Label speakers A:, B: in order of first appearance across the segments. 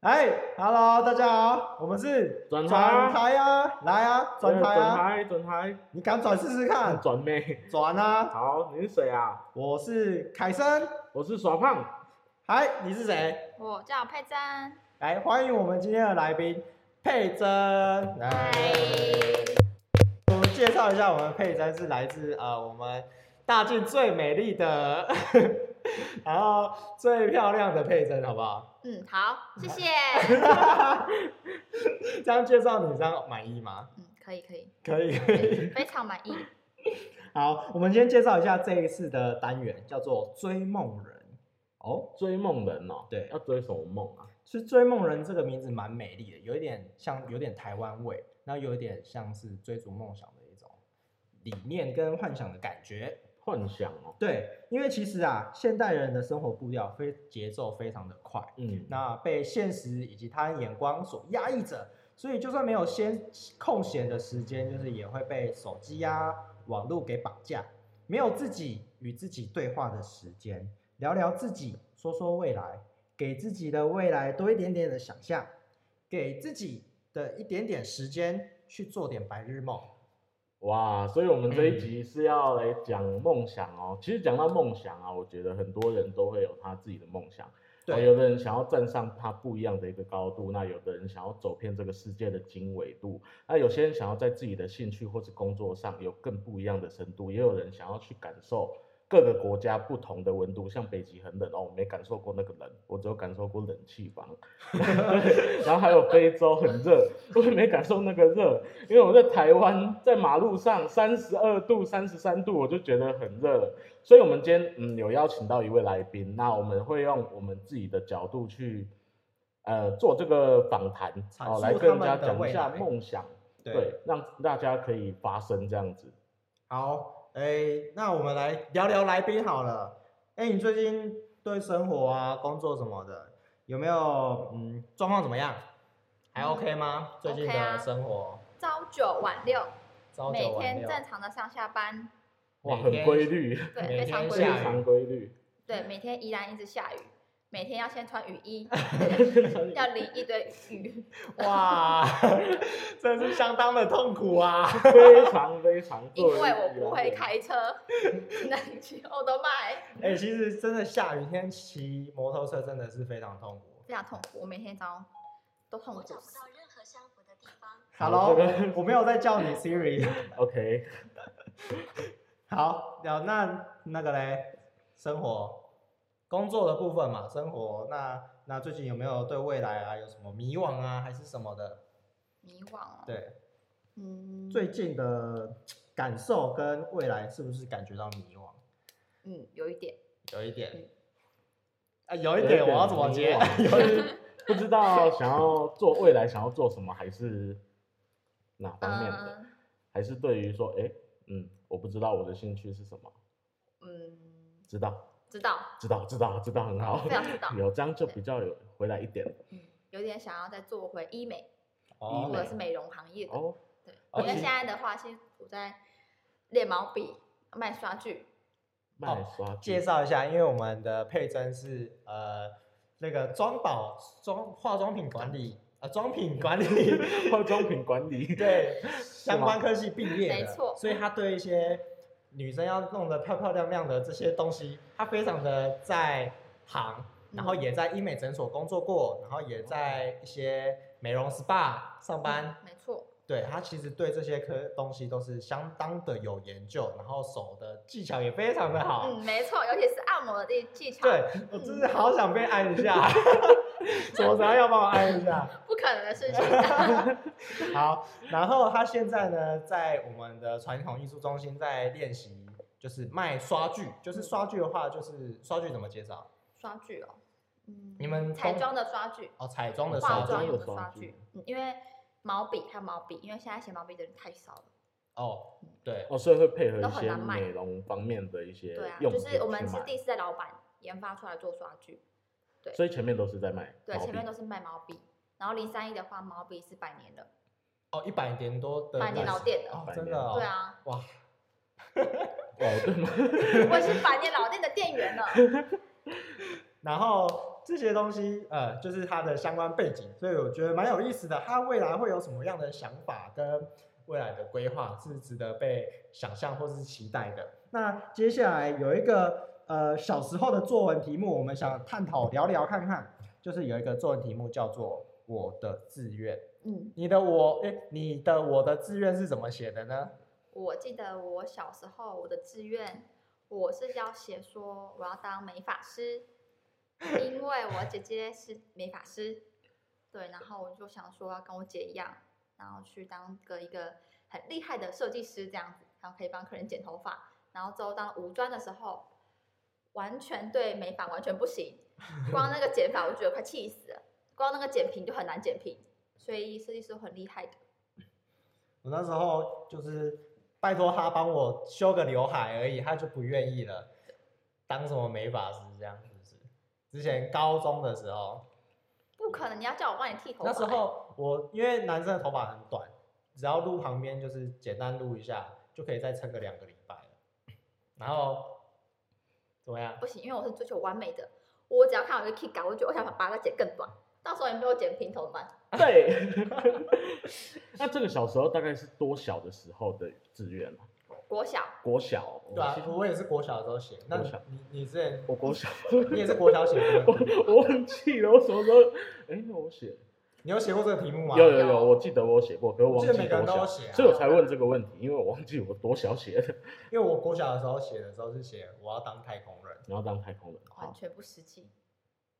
A: 哎，Hello，大家好，我们是
B: 转台
A: 转台啊，来啊，转台
B: 转
A: 啊，
B: 台转台，
A: 你敢转试试看？
B: 转妹。
A: 转啊！
B: 好，你是谁啊？
A: 我是凯森，
B: 我是耍胖。
A: 嗨，你是谁？
C: 我叫佩珍，
A: 来，欢迎我们今天的来宾佩珍。来
C: 嗨，，
A: 我们介绍一下，我们佩珍是来自呃我们大晋最美丽的， 然后最漂亮的佩珍，好不好？
C: 嗯，好，谢谢，
A: 这样介绍你，这样满意吗？
C: 嗯，可以可以，
A: 可以，可以。
C: 非常满意，
A: 好，我们先介绍一下这一次的单元，叫做《追梦人》。哦，
B: 追梦人哦，
A: 对
B: 要追什么梦啊？
A: 其实“追梦人”这个名字蛮美丽的，有一点像，有点台湾味，然后有一点像是追逐梦想的一种理念跟幻想的感觉。
B: 幻想哦，
A: 对，因为其实啊，现代人的生活步调非节奏非常的快，
B: 嗯，
A: 那被现实以及他人眼光所压抑着，所以就算没有先空闲的时间，就是也会被手机呀、网络给绑架，没有自己与自己对话的时间，聊聊自己，说说未来，给自己的未来多一点点的想象，给自己的一点点时间去做点白日梦。
B: 哇，所以我们这一
A: 嗯
B: 集是要来讲梦想哦。其实讲到梦想啊，我觉得很多人都会有他自己的梦想。哦有
A: 对，
B: 的人想要站上他不一样的一个高度，那有的人想要走遍这个世界的经纬度，那有些人想要在自己的兴趣或是工作上有更不一样的深度，也有人想要去感受各个国家不同的温度，像北极很冷哦，我没感受过那个冷，我只有感受过冷气房， 对然后还有非洲很热，我也没感受那个热，因为我在台湾在马路上三十二度、三十三度，我就觉得很热了。所以，我们今天嗯有邀请到一位来宾，那我们会用我们自己的角度去呃做这个访谈，
A: 阐
B: 哦，
A: 述
B: 来
A: 他
B: 跟
A: 们
B: 大家
A: 的
B: 讲
A: 未
B: 一下
A: 来
B: 梦想，
A: 对，
B: 让大家可以发声这样子。
A: 好，诶，那我们来聊聊来宾好了。诶，你最近对生活啊、工作什么的有没有嗯状况怎么样？还 OK 吗？最近
C: OK
A: 的
C: 啊
A: 生活，
C: 朝九晚六，
A: 朝九
C: 每
A: 晚
C: 天
A: 六，
C: 正常的上下班，
B: 哇，
A: 每
B: 很
A: 天
B: 规律，
C: 对，
A: 每
C: 非常
A: 天
B: 非
C: 规
A: 下雨
C: 律，
B: 常规律。
C: 对，每天依然一直下雨，每天要先穿雨 衣，要淋一堆雨，
A: 哇， 真是相当的痛苦啊！
B: 非常非常，
C: 因为我不会。开车，只能骑欧都麦，
A: 诶，其实真的下雨天骑摩托车真的是非常痛苦。
C: 非常痛苦，我每天早上都痛
D: 我
C: 苦
D: 找不
C: 死
D: 到。任何相符的地方。
A: Hello，
B: 好这个
A: 我没有在叫你 Siri。
B: OK，
A: 好，了那那个嘞，生活、工作的部分嘛，生活那那最近有没有对未来啊有什么迷惘啊，还是什么的？
C: 迷惘了，
A: 对，
C: 嗯，
A: 最近的感受跟未来是不是感觉到迷惘？
C: 嗯有一点，
A: 有一点
C: 嗯，
A: 啊，有
B: 有
A: 一
B: 一
A: 点，
B: 点
A: 我要怎么接
B: 迷？ 惘就是不知道想要做未来想要做什么，还是哪方面的？
C: 嗯。
B: 还是对于说，哎，嗯，我不知道我的兴趣是什么，
C: 嗯，
B: 知道，
C: 知道，
B: 知道，知道，知道，很好，
C: 非。常知 道
B: 有这样就比较有回来一点
C: 嗯，有点想要再做回医美
A: 哦
C: 或者是美容行业的，
B: 哦。
C: 对，
A: 哦
C: 因为
A: 其实
C: 现在的话，其实我在练毛笔、卖刷具，
B: 卖刷具
A: 介绍一下，因为我们的佩珍是呃那个妆保妆化妆品管理啊，妆品管理
B: 化妆品管理，
A: 对，相
B: 吗
A: 关科系毕业的，
C: 没错
A: 所以他对一些女生要弄得漂漂亮亮的这些东西，他非常的在行，然后
C: 嗯
A: 也在医美诊所工作过，然后也在一些美容 SPA 上班。
C: 嗯没错，
A: 对他其实对这些科东西都是相当的有研究，然后手的技巧也非常的好。
C: 嗯，没错，尤其是按摩的技技巧，
A: 哦对，我真是好想被按一 下，什么时候要帮我按一下？
C: 不可能的事情，
A: 好，然后他现在呢，在我们的传统艺术中心在练习，就是卖刷具，就是刷具的话，就是刷具怎么介绍？
C: 刷具哦，嗯，
A: 你们
C: 彩
A: 公
C: 妆的刷具，
A: 哦，彩妆的
C: 化
A: 刷
C: 妆
A: 具
B: 有
C: 用的
B: 刷
C: 刷
B: 具
C: 具，嗯，因为毛笔还有毛笔，因为现在写毛笔的人太少了，
A: 哦，对，
B: 哦，所以会配合
C: 都
B: 一
C: 很
B: 些
C: 难卖
B: 美容方面的一些
C: 对啊，
B: 用
C: 就
B: 品
C: 是我们
B: 去
C: 是
B: 买
C: 第四代老板研发出来做刷具，对
B: 所以前面都是在卖毛笔，
C: 对，前面都是卖毛笔，然后零三一的话，毛笔是百年的，
A: 哦，一百年多的
C: 百年老店了，
A: 哦，
B: 百
A: 真
B: 年
A: 的、哦，
C: 对，啊，
A: 哇，
B: 哦，对吗？
C: 我也是百年老店的店员了，
A: 然后这些东西，呃，就是它的相关背景，所以我觉得蛮有意思的。它未来会有什么样的想法跟未来的规划，是值得被想象或是期待的。那接下来有一个呃小时候的作文题目，我们想探讨聊聊看看，就是有一个作文题目叫做“我的志愿”。
C: 嗯，
A: 你的我，哎，你的我的志愿是怎么写的呢？
C: 我记得我小时候我的志愿，我是要写说我要当美发师，因为我姐姐是美发师，对，然后我就想说要跟我姐一样，然后去当个一个很厉害的设计师这样子，然后可以帮客人剪头发，然后之后当五专的时候，完全对美发完全不行，光那个剪法我觉得快气死了，光那个剪平就很难剪平，所以设计师很厉害的。
A: 我那时候就是拜托他帮我修个刘海而已，他就不愿意了，当什么美发师这样是不是？之前高中的时候，
C: 不可能！你要叫我帮你剃头发
A: 那
C: 欸，
A: 时候我因为男生的头发很短，只要撸旁边就是简单撸一下，就可以再撑个两个礼拜了。然后怎么样？
C: 不行，因为我是追求完美的，我只要看到一个 kick 感，我就觉得我想把它剪更短，到时候你被我剪平头发，
B: 对。那这个小时候大概是多小的时候的志愿啊？
C: 国小
B: 国小。
A: 对啊，我也是国小的时候写。那
B: 国
A: 你
B: 小
A: 你你之前
B: 我国小，
A: 你也是国小写的
B: 我
A: 吗，
B: 我忘记了，我什么时候？哎，那我写
A: 你有写过这个题目吗？
B: 有有有，我记得我有写过，可是忘
A: 我
B: 记
A: 记得每个
B: 多
A: 人都
B: 小，
A: 有写啊
B: 所以我才问这个问题，因为我忘记我多小写的，
A: 因为我国小的时候写的时候是写我要当太空人。
B: 然后当太空人。
C: 完
B: 好，
C: 全不实际，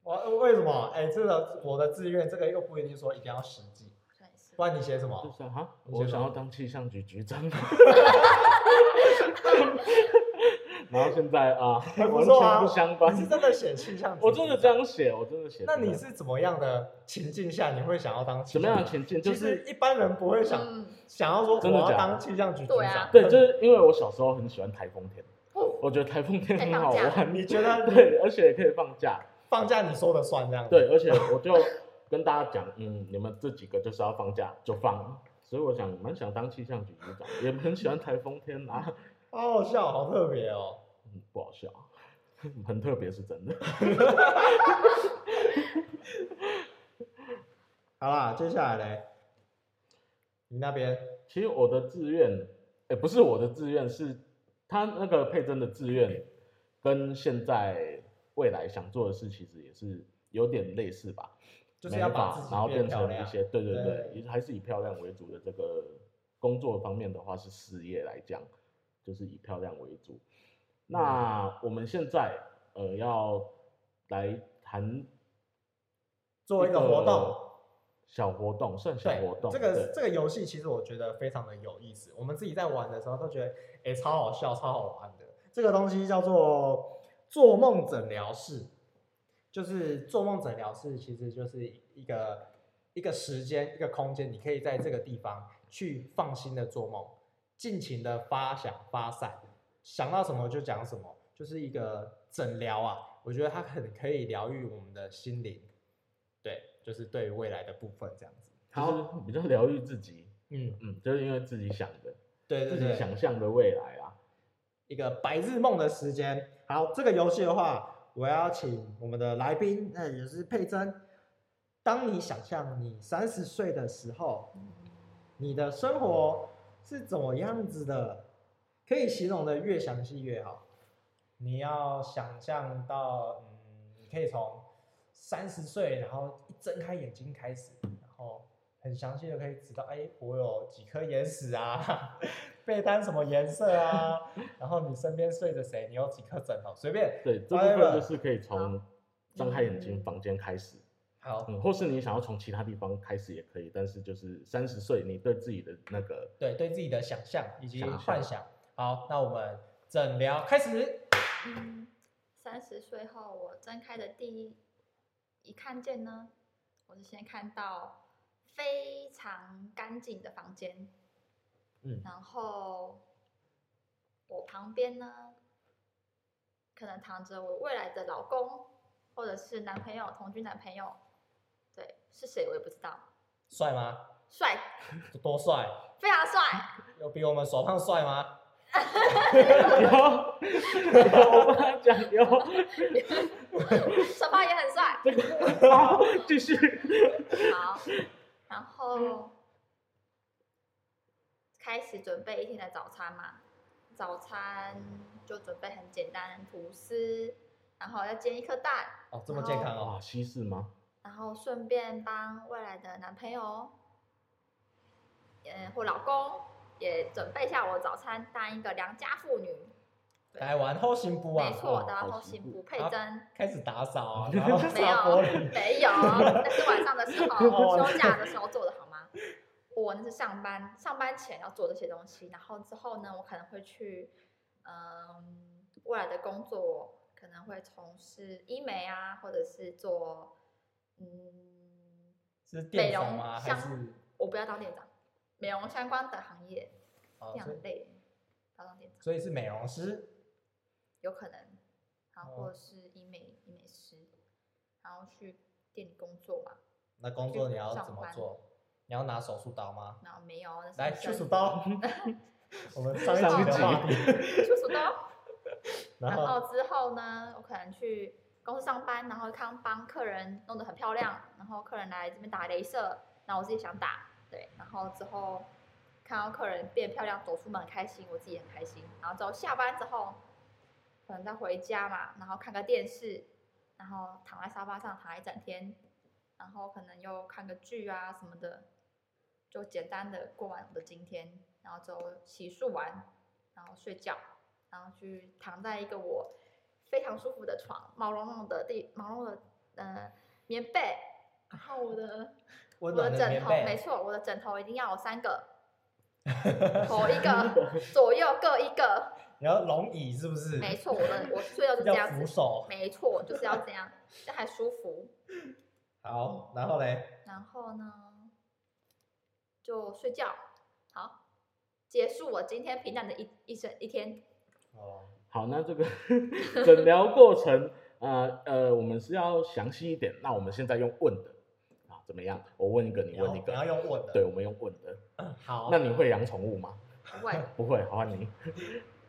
A: 我为什么？哎、这个我的志愿，这个又不一定说一定要实际，
C: 好像也是
A: 不然你写什
B: 就
A: 么？
B: 是哈，
A: 你写
B: 我想
A: 什
B: 要
A: 么
B: 当气象局局长。 然后现在啊，
A: 还不
B: 完
A: 错啊
B: 全不相关
A: 你。是真的写气象局？
B: 我真的这。样写，我真的写这
A: 那
B: 样。
A: 你是怎么样的情境下你会想要当气
B: 什么样
A: 象
B: 的
A: 局？
B: 情境？就
A: 就是是一般人不会想、
C: 嗯，
A: 想要说
B: 真的
A: 我要
B: 假的
A: 当气象局局
C: 对啊
A: 长。
B: 对，就是因为我小时候很喜欢台风天，
C: 哦
B: 我觉得台风天
C: 可以
B: 很
C: 放
B: 好
C: 假
B: 玩。
A: 你觉得你
B: 对，而且也可以放假。
A: 放假你说的算这样？
B: 对，，而且我就跟大家讲，嗯，你们这几个就是要放假就放，所以我想蛮想当气象局局长，也很喜欢台风天啊，
A: 好好笑，好特别哦。
B: 嗯，不好笑， 很特别是真的。
A: 好啦，接下来嘞，你那边
B: 其实我的志愿，哎，不是我的志愿，是他那个佩珍的志愿，跟现在未来想做的事其实也是有点类似吧，
A: 就是要
B: 美
A: 把
B: 发
A: 自己
B: 然后
A: 变
B: 变
A: 漂
B: 成
A: 亮
B: 一些，对对对
A: 对，
B: 也还是以漂亮为主的这个工作方面的话，是事业来讲，就是以漂亮为主。
A: 嗯
B: 那我们现在呃要来谈
A: 做一个活动。
B: 小活动，算小
A: 对
B: 活动，
A: 这
B: 对
A: 个这个游戏其实我觉得非常的有意思，我们自己在玩的时候都觉得，哎、超好笑，超好玩的。这个东西叫做做梦诊疗室，就是做梦诊疗室，其实就是一个一个时间、一个空间，你可以在这个地方去放心的做梦，尽情的发想发散，想到什么就讲什么，就是一个诊疗啊。我觉得它很可以疗愈我们的心灵，对，就是对于未来的部分这样子。
B: 就是比较疗愈自己，
A: 嗯，
B: 嗯，就是因为自己想的，
A: 对对
B: 自己
A: 对，
B: 想象的未来啊。
A: 一个白日梦的时间。好，这个游戏的话，我要请我们的来宾，那也就是佩珍。当你想象你三十岁的时候，你的生活是怎么样子的？可以形容的越详细越好。你要想象到，嗯，你可以从三十岁，然后一睁开眼睛开始，然后很详细的可以知道，哎，我有几颗眼屎啊， 被单什么颜色啊，然后你身边睡着谁，你有几颗枕头，随便。
B: 对，这部
A: However，
B: 分就是可以从张开眼睛
C: 嗯
B: 房间开始，
A: 好，
B: 嗯，或是你想要从其他地方开始也可以，但是就是三十岁你对自己的那 个
A: 对，对自己的想象以及
B: 想象
A: 幻想。好，那我们诊疗开始。
C: 嗯，三十岁后我睁开的第一一看见呢，我是先看到非常干净的房间，
A: 嗯
C: 然后我旁边呢，可能躺着我未来的老公或者是男朋友，同居男朋友，对，是谁我也不知道，
A: 帅吗？
C: 帅，
A: 多帅？
C: 非常帅，
A: 有比我们手胖帅吗？
B: 有有，我跟他讲有。
C: 手法也很帅。
B: 这个好，继续。
C: 好，然后开始准备一天的早餐嘛。早餐就准备很简单，吐司，然后要煎一颗蛋，
A: 哦，这么健康
B: 啊，
A: 哦，
B: 西式吗？
C: 然后顺便帮未来的男朋友，嗯，或老公也准备一下我的早餐，当一个良家妇女。对
A: 来玩后行不啊？
C: 没错，
A: 哦
C: 的
B: 好
C: 后
B: 辛
C: 行
B: 苦
C: 补嗯佩
A: 好
C: 珍。
A: 开始打扫啊，然后
C: 没
A: 擦玻
C: 有
A: 璃，，
C: 没有，那是晚上的时
A: 哦
C: 候，休假的时候做的好吗？我那是上班，上班前要做这些东西，然后之后呢，我可能会去，嗯，未来的工作可能会从事医美啊，或者是做，嗯，
A: 是
C: 美
A: 店
C: 容
A: 长吗？还
C: 相
A: 是
C: 我不要当店长，美容相关的行业，
A: 哦
C: 这，样
A: 所以
C: 很累，不要当店长，
A: 所以是美容师，
C: 有可能，然后
A: 哦
C: 或者是医美医美师，然后去店里工作嘛。
A: 那工作
C: 去
A: 你要
C: 上
A: 怎么
C: 班
A: 做？你要拿手术刀吗？
C: 然后没有，那是
A: 来，
C: 医
A: 去
C: 生
A: 手 刀。我们上
B: 上
A: 一集
B: 一
A: 的
B: 集
A: 话题，
C: 出手刀。
A: 然
C: 然
A: 后
C: 后之后呢，我可能去公司上班，然后看帮客人弄得很漂亮，然后客人来这边打镭射，然后我自己想打，对，然后之后看到客人变漂亮，走出门很开心，我自己也很开心。然后之后下班之后，可能再回家嘛，然后看个电视，然后躺在沙发上躺一整天，然后可能又看个剧啊什么的，就简单的过完我的今天，然后之后洗漱完，然后睡觉，然后去躺在一个我非常舒服的床，毛茸茸的地毛茸茸的呃棉被，然后我的
A: 温
C: 我
A: 暖
C: 的
A: 的
C: 枕
A: 棉
C: 头没
A: 被，
C: 错，我的枕头一定要有三个， 头一个，左右各一个，
A: 你要龙椅是不是？
C: 没 错，我的我睡觉就这
A: 要
C: 样
A: 扶
C: 子，
A: 手。
C: 没错，就是要这样，这还舒服。
A: 好，然后嘞，
C: 然后呢，就睡觉，好，结束我今天平淡的一一生一天。
A: 哦，
B: 好，那这个诊疗过程，呃呃，我们是要详细一点。那我们现在用问的啊，怎么样？我问一个，你
A: 你要
B: 问一
A: 你
B: 个。
A: 要用问的。
B: 对，我们用问的。
A: 好，
B: 那你会养宠物吗？
C: 不会，
B: 不会，好，换你。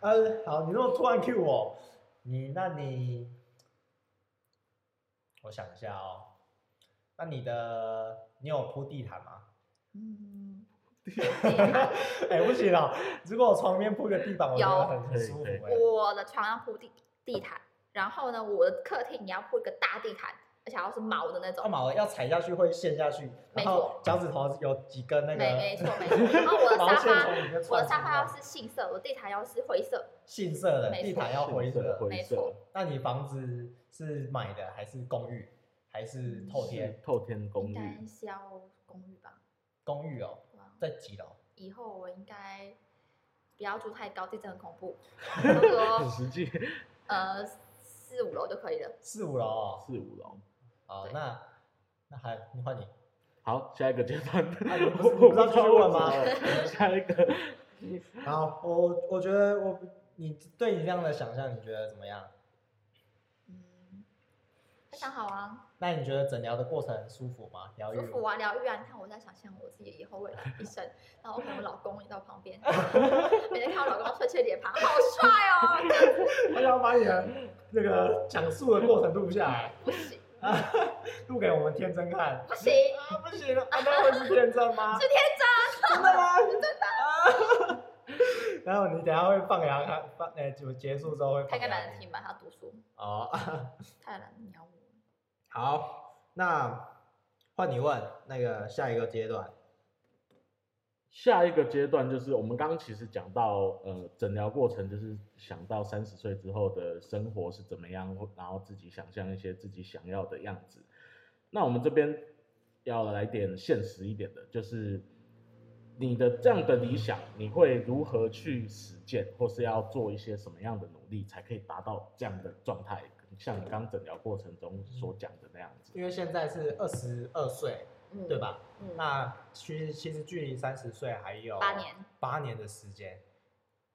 A: 呃，好，你那么突然 Q 我，你那你，我想一下哦，那你的你有铺地毯吗？
C: 嗯，
A: 哎、不行啊！如果我床边铺个地板，我觉得
C: 有
A: 很很舒服
B: 可以
A: 哎、
C: 我的床上铺地地毯，然后呢，我的客厅也要铺一个大地毯，而且要是毛的那
A: 干
C: 种。
A: 嘛要踩下去会陷下去，然后脚趾头有几根那
C: 没
A: 个
C: 没错没错。然后我的
A: 毛
C: 沙
A: 线从
C: 发，
A: 里面
C: 我
A: 窜
C: 的
A: 出
C: 沙发要
A: 来，
C: 是杏色，我的地毯要是灰色，
A: 杏色的
C: 没
A: 地
C: 错
A: 毯要灰
B: 色，
A: 色。
B: 灰
C: 没
B: 色
C: 错，
A: 那你房子是买的还是公寓还是透天
C: 嗯
B: 是？透天公
C: 应
B: 寓。
C: 该是要公寓吧？
A: 公寓哦，
C: 对吧
A: 在几楼？
C: 以后我应该不要住太高，地震很恐怖。如 果
B: 很实际，
C: 呃四五楼就可以了。
A: 四五楼哦。
B: 四五楼。
A: 好，
C: 对啊
A: 那那还你换你，
B: 好，下一个阶段。
A: 你不是你不是要继续问 吗
B: 下一个，
A: 好，我我我觉得我你对你这样的想象，你觉得怎么样？
C: 嗯，非常好啊，
A: 那你觉得诊疗的过程舒服吗？疗愈
C: 舒
A: 吗？
C: 服啊，疗愈啊！你看我在想象我自己以后未来一生，然后我可能我老公也在我 旁边，每天看我老公帅气的脸庞，好帅哦，
A: 他要把你的那个讲述的过程录下来，
C: 不行
A: 啊， 录给我们天真看。
C: 不行，
A: 啊，不行了，啊，那会是天真吗？
C: 是天
A: 真的 吗？真的。 然后你等一下会放给他看，放呃，就结束之后会
C: 真，
A: 放
C: 太
A: 给
C: 该
A: 他
C: 懒得
A: 听。
C: 听吧，他读书
A: 哦，
C: 太懒得鸟我。
A: 好，那换你问那个下一个阶段。
B: 下一个阶段就是我们刚刚其实讲到，呃，诊疗过程就是想到三十岁之后的生活是怎么样，或然后自己想象一些自己想要的样子。那我们这边要来点现实一点的，就是你的这样的理想，你会如何去实践，或是要做一些什么样的努力，才可以达到这样的状态？像你刚诊疗过程中所讲的那样子。
A: 因为现在是二十二岁，
C: 嗯，
A: 对？吧？啊
C: 嗯，
A: 那其实其实距离三十岁还有
C: 八年，
A: 八年的时间，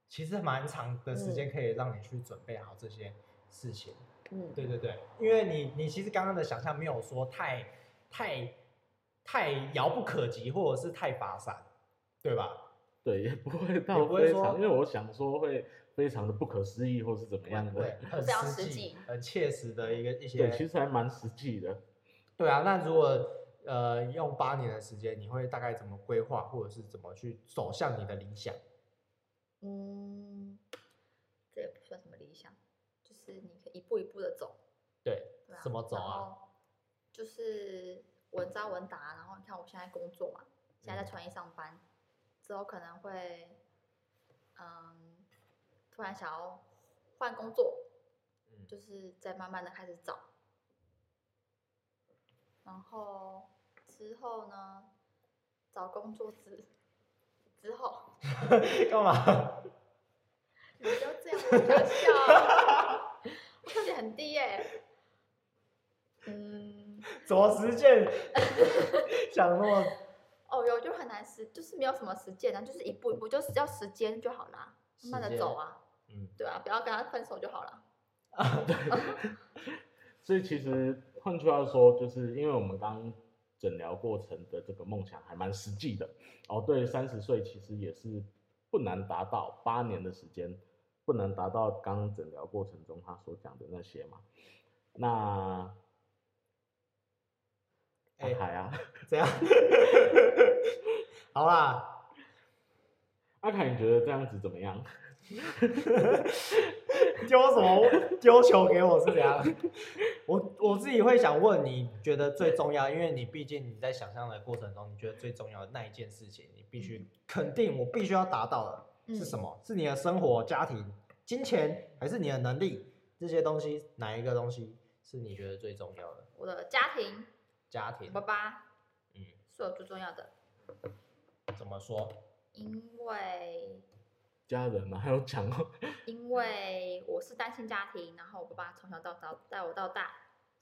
A: 其实蛮长的时间可以让你去准备好这些事情。
C: 嗯，
A: 对对对，因为你你其实刚刚的想象没有说太太太遥不可及，或者是太发散，对吧？
B: 对，也不会到
A: 也不会
B: 非
A: 说
B: 常，因为我想说会非常的不可思议或是怎么样
A: 对
B: 的。，
A: 很
C: 比较
A: 实
C: 实
A: 际
C: 际、
A: 很切实的一个一些。
B: 对，其实还蛮实际的。
A: 对啊，那如果呃用八年的时间，你会大概怎么规划，或者是怎么去走向你的理想？
C: 嗯，这也不算什么理想，就是你可以一步一步的走，
A: 对，
C: 对啊，
A: 怎么走
C: 然
A: 啊？
C: 后就是稳扎稳打，然后你看我现在工作嘛，现在在传艺上班，之后可能会，嗯，突然想要换工作，
A: 嗯
C: 就是再慢慢的开始找，然后之后呢，找工作之之后。
A: 干嘛？
C: 你不要这样，我想笑，我笑点很低耶、嗯，
A: 怎么实 践？想那么
C: 哦，有就很难实，就是没有什么实践啊，就是一步一步，就是要时间就好啦，慢慢
A: 时
C: 的
A: 间
C: 走啊，
A: 嗯，
C: 对啊，不要跟他分手就好了。
B: 所以其实换句话说，就是因为我们刚刚诊疗过程的这个梦想还蛮实际的哦。对，三十岁其实也是不难达到，八年的时间不难达到刚刚诊疗过程中他所讲的那些嘛。那
A: 哎
B: 海啊，
A: 怎样？ 好啦，
B: 阿凯，你觉得这样子怎么样？
A: 丢什么丢球给我是怎样？我我自己会想问，你觉得最重要，因为你毕竟你在想象的过程中，你觉得最重要的那一件事情，你必须肯定我必须要达到的
C: 嗯
A: 是什么？是你的生活、家庭、金钱，还是你的能力？这些东西哪一个东西是你觉得最重要的？
C: 嗯我的家庭，
A: 家庭
C: 我爸爸，
A: 嗯，
C: 是我最重要的，
A: 怎么说？
C: 因为
B: 家人嘛，还有讲哦，
A: 嗯
C: 因为我是单亲家庭，然后我爸爸从小到大带我到大，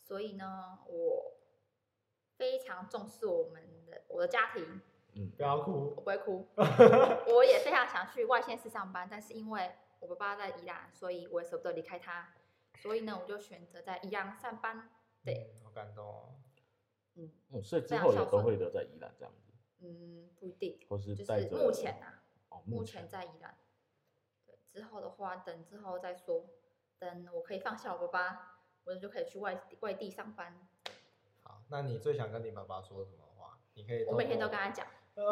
C: 所以呢，我非常重视我们的我的家庭，
B: 嗯，
A: 不要哭
C: 我。不会哭。我也非常想去外县市上班，但是因为我爸爸在宜兰，所以我也舍不得离开他，所以呢，我就选择在宜兰上班。 对，
A: 嗯，好感动哦。
C: 嗯
B: 哦所以之
C: 非常
B: 后也
C: 孝
B: 都
C: 顺
B: 会留在宜兰这样子，
C: 嗯，不一定，
B: 或是
C: 就
B: 带
C: 是
B: 着
C: 目前啊，
B: 哦，
C: 目
B: 目前
C: 前在宜兰。对，之后的话，等之后再说，等我可以放下我爸爸，我就可以去外地外地上班。
A: 好，那你最想跟你爸爸说什么话？你可以。
C: 我每天都跟他 讲，
A: 他。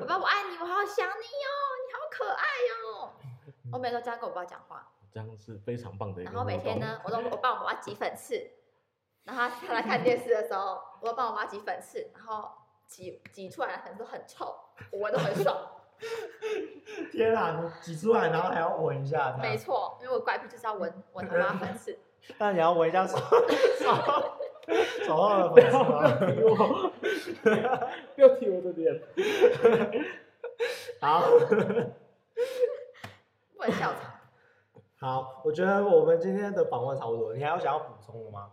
C: 爸爸我爱你，我好想你哦，你好可爱 哦。我每天都这样跟我爸讲话。
B: 这样是非常棒的一个
C: 然
B: 活动。
C: 后每天 呢，我都我帮我妈妈挤粉刺，然后她来看电视的时候，我都帮我妈挤粉刺，然后挤挤出来的粉刺很臭，我闻都很爽。
A: 天啊，你挤出来，然后还要闻一下，这
C: 没
A: 样。
C: 错，因为我怪癖就是要闻闻我妈粉刺。
A: 那你要闻一下 手手手后的粉刺吗？
B: 提我， 不要提我的脸。
A: 好
C: 不能笑场。
A: 好，我觉得我们今天的访问差不多，你还有想要补充的吗？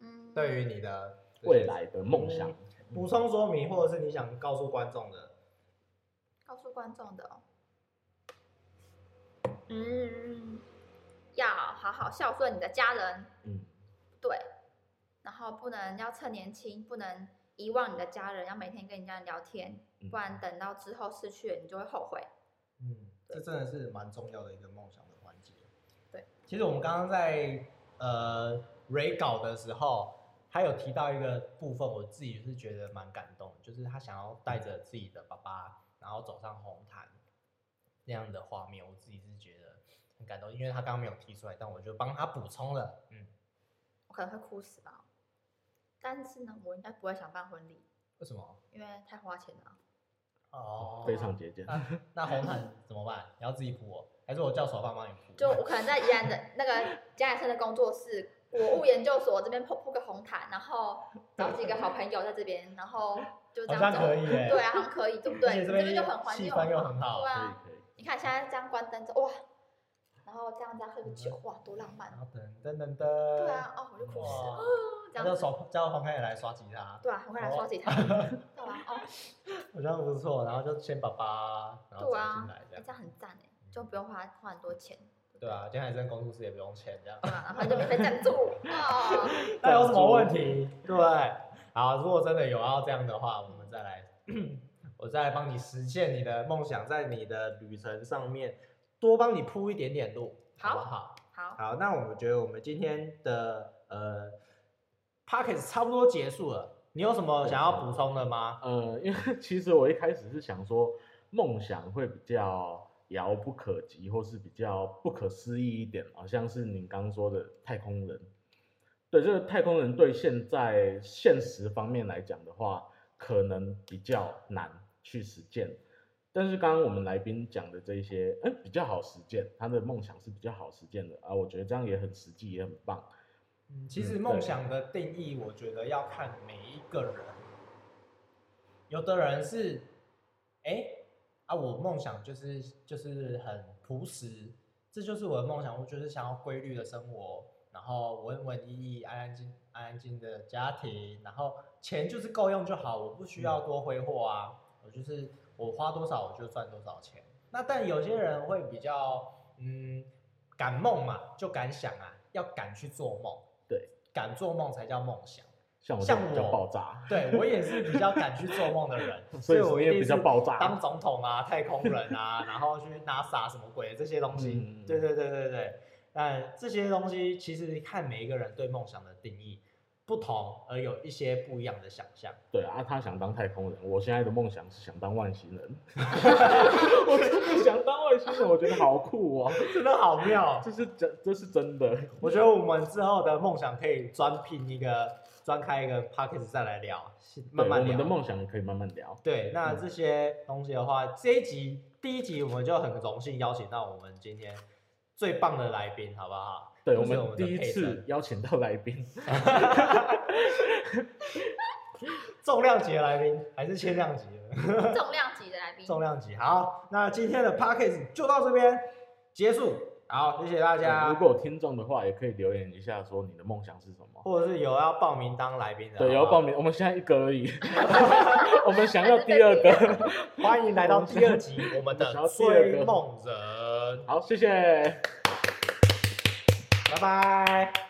C: 嗯，
A: 对于你的
B: 未来的梦想
A: 嗯，补充说明，或者是你想告诉观众的，
C: 告诉观众的、哦，嗯，要好好孝顺你的家人，
B: 嗯，
C: 对，然后不能要趁年轻，不能遗忘你的家人，要每天跟人家聊天，
B: 嗯
C: 不然等到之后失去了，你就会后悔。
A: 嗯，这真的是蛮重要的一个梦想的环节。
C: 对，
A: 其实我们刚刚在呃 re 稿的时候，他有提到一个部分，我自己是觉得蛮感动的，就是他想要带着自己的爸爸，然后走上红毯那样的画面，我自己是觉得很感动，因为他刚刚没有提出来，但我就帮他补充了。嗯，
C: 我可能会哭死吧。但是呢，我应该不会想办婚礼，
A: 为什么？
C: 因为太花钱了。
A: 哦
B: 非常节俭。
A: 那那红毯怎么办？你要自己铺哦，还是我叫手爸帮你铺？
C: 就 我可能在宜兰的那个家里生的工作室，国务研究所这边铺铺个红毯，然后找几个好朋友在这边，然后就这
A: 好
C: 样
A: 像
C: 走。
A: 可以耶。
C: 对啊，好像可以，对不
A: 而
C: 对？
A: 且
C: 这
A: 这
C: 边
A: 边
C: 就很环境
A: 气氛又很好
C: 对
B: 可以
C: 啊，
B: 可以，
C: 你看现在这样关灯之后，哇，然后这样这样喝个酒，哇，多浪漫啊
A: 然。后噔啊噔噔噔。
C: 对啊，哦，我就哭死了。
A: 哇
C: 哦这
A: 那叫
C: 样子，
A: 手叫黄凯也来刷吉 他，
C: 对啊，我跟他
A: 哦
C: 说吉 他，对啊，哦，
A: 我觉得不错。然后就先把爸，然后
C: 对
A: 走
C: 啊
A: 进来，这
C: 哎
A: 样
C: 这。样很赞哎，就不用花花很多钱。
A: 对啊，金海生工作室也不用钱 这样。
C: 对啊然后就免费赞 助哦。
A: 那有什么问题？对不对，好，如果真的有要这样的话，我们再来 我再来帮你实现你的梦想，在你的旅程上面多帮你铺一点点路，好不
C: 好
A: 好？
C: 好，
A: 好，那我们觉得我们今天的呃 p o c k e t 差不多结束了，你有什么想要补充的吗？
B: 呃，因为 其实我一开始是想说，梦想会比较遥不可及，或是比较不可思议一点，好像是您刚说的太空人。对，这个太空人对现在现实方面来讲的话，可能比较难去实践。但是刚刚我们来宾讲的这一些，哎，比较好实践，他的梦想是比较好实践的啊，我觉得这样也很实际，也很棒。
A: 嗯，其实
B: 嗯
A: 梦
B: 对
A: 想的定义，我觉得要看每一个人。有的人是，哎、啊，我梦想就是就是很朴实，这就是我的梦想，我就是想要规律的生活，然后稳稳一意、安安静安安静的家庭，然后钱就是够用就好，我不需要多挥霍啊，我就是我花多少我就赚多少钱。那但有些人会比较，嗯，敢梦嘛，就敢想啊，要敢去做梦，
B: 对，
A: 敢做梦才叫梦想。
B: 像我这
A: 像
B: 样比较
A: 我
B: 爆炸，
A: 对我也是比较敢去做梦的人，
B: 所以
A: 我
B: 你
A: 一
B: 也
A: 定
B: 比较
A: 是
B: 爆炸
A: 当总统啊、太空人啊，然后去 NASA 什么鬼的这些东西
B: 嗯。
A: 对对对对对，但这些东西其实看每一个人对梦想的定义不同，而有一些不一样的想象。
B: 对啊，他想当太空人，我现在的梦想是想当外 星人，我真的想当外星人，我觉得好酷哦，
A: 真的好妙
B: 这！是真，这是真的，
A: 我觉得我们之后的梦想可以专聘一个、专开一个 p o c k e t 再来聊，慢
B: 对，
A: 慢
B: 我们的
A: 聊。
B: 梦想可以慢慢聊，
A: 对，那
B: 嗯
A: 这些东西的话，这一集第一集我们就很荣幸邀请到我们今天最棒的来宾，好不好？
B: 对
A: 就
B: 我
A: 是
B: 们
A: 的
B: 第一
A: 佩
B: 次
A: 珍
B: 邀请到来宾，
A: 重量级的来宾，还是轻量级的？
C: 重量级的来宾，
A: 重量级。好，那今天的 p a c k a g e 就到这边结束。好，谢谢大家。
B: 如果有听众的话，也可以留言一下说你的梦想是什么。
A: 或者是有要报名当来宾的，
B: 对，
A: 好
B: 要
A: 不好
B: 报名，我们现在一个而已， 我们想要第二个。
A: 欢迎来到第二集，我们的
B: 想要第二个
A: 追梦人，
B: 好，谢谢。
A: 拜拜。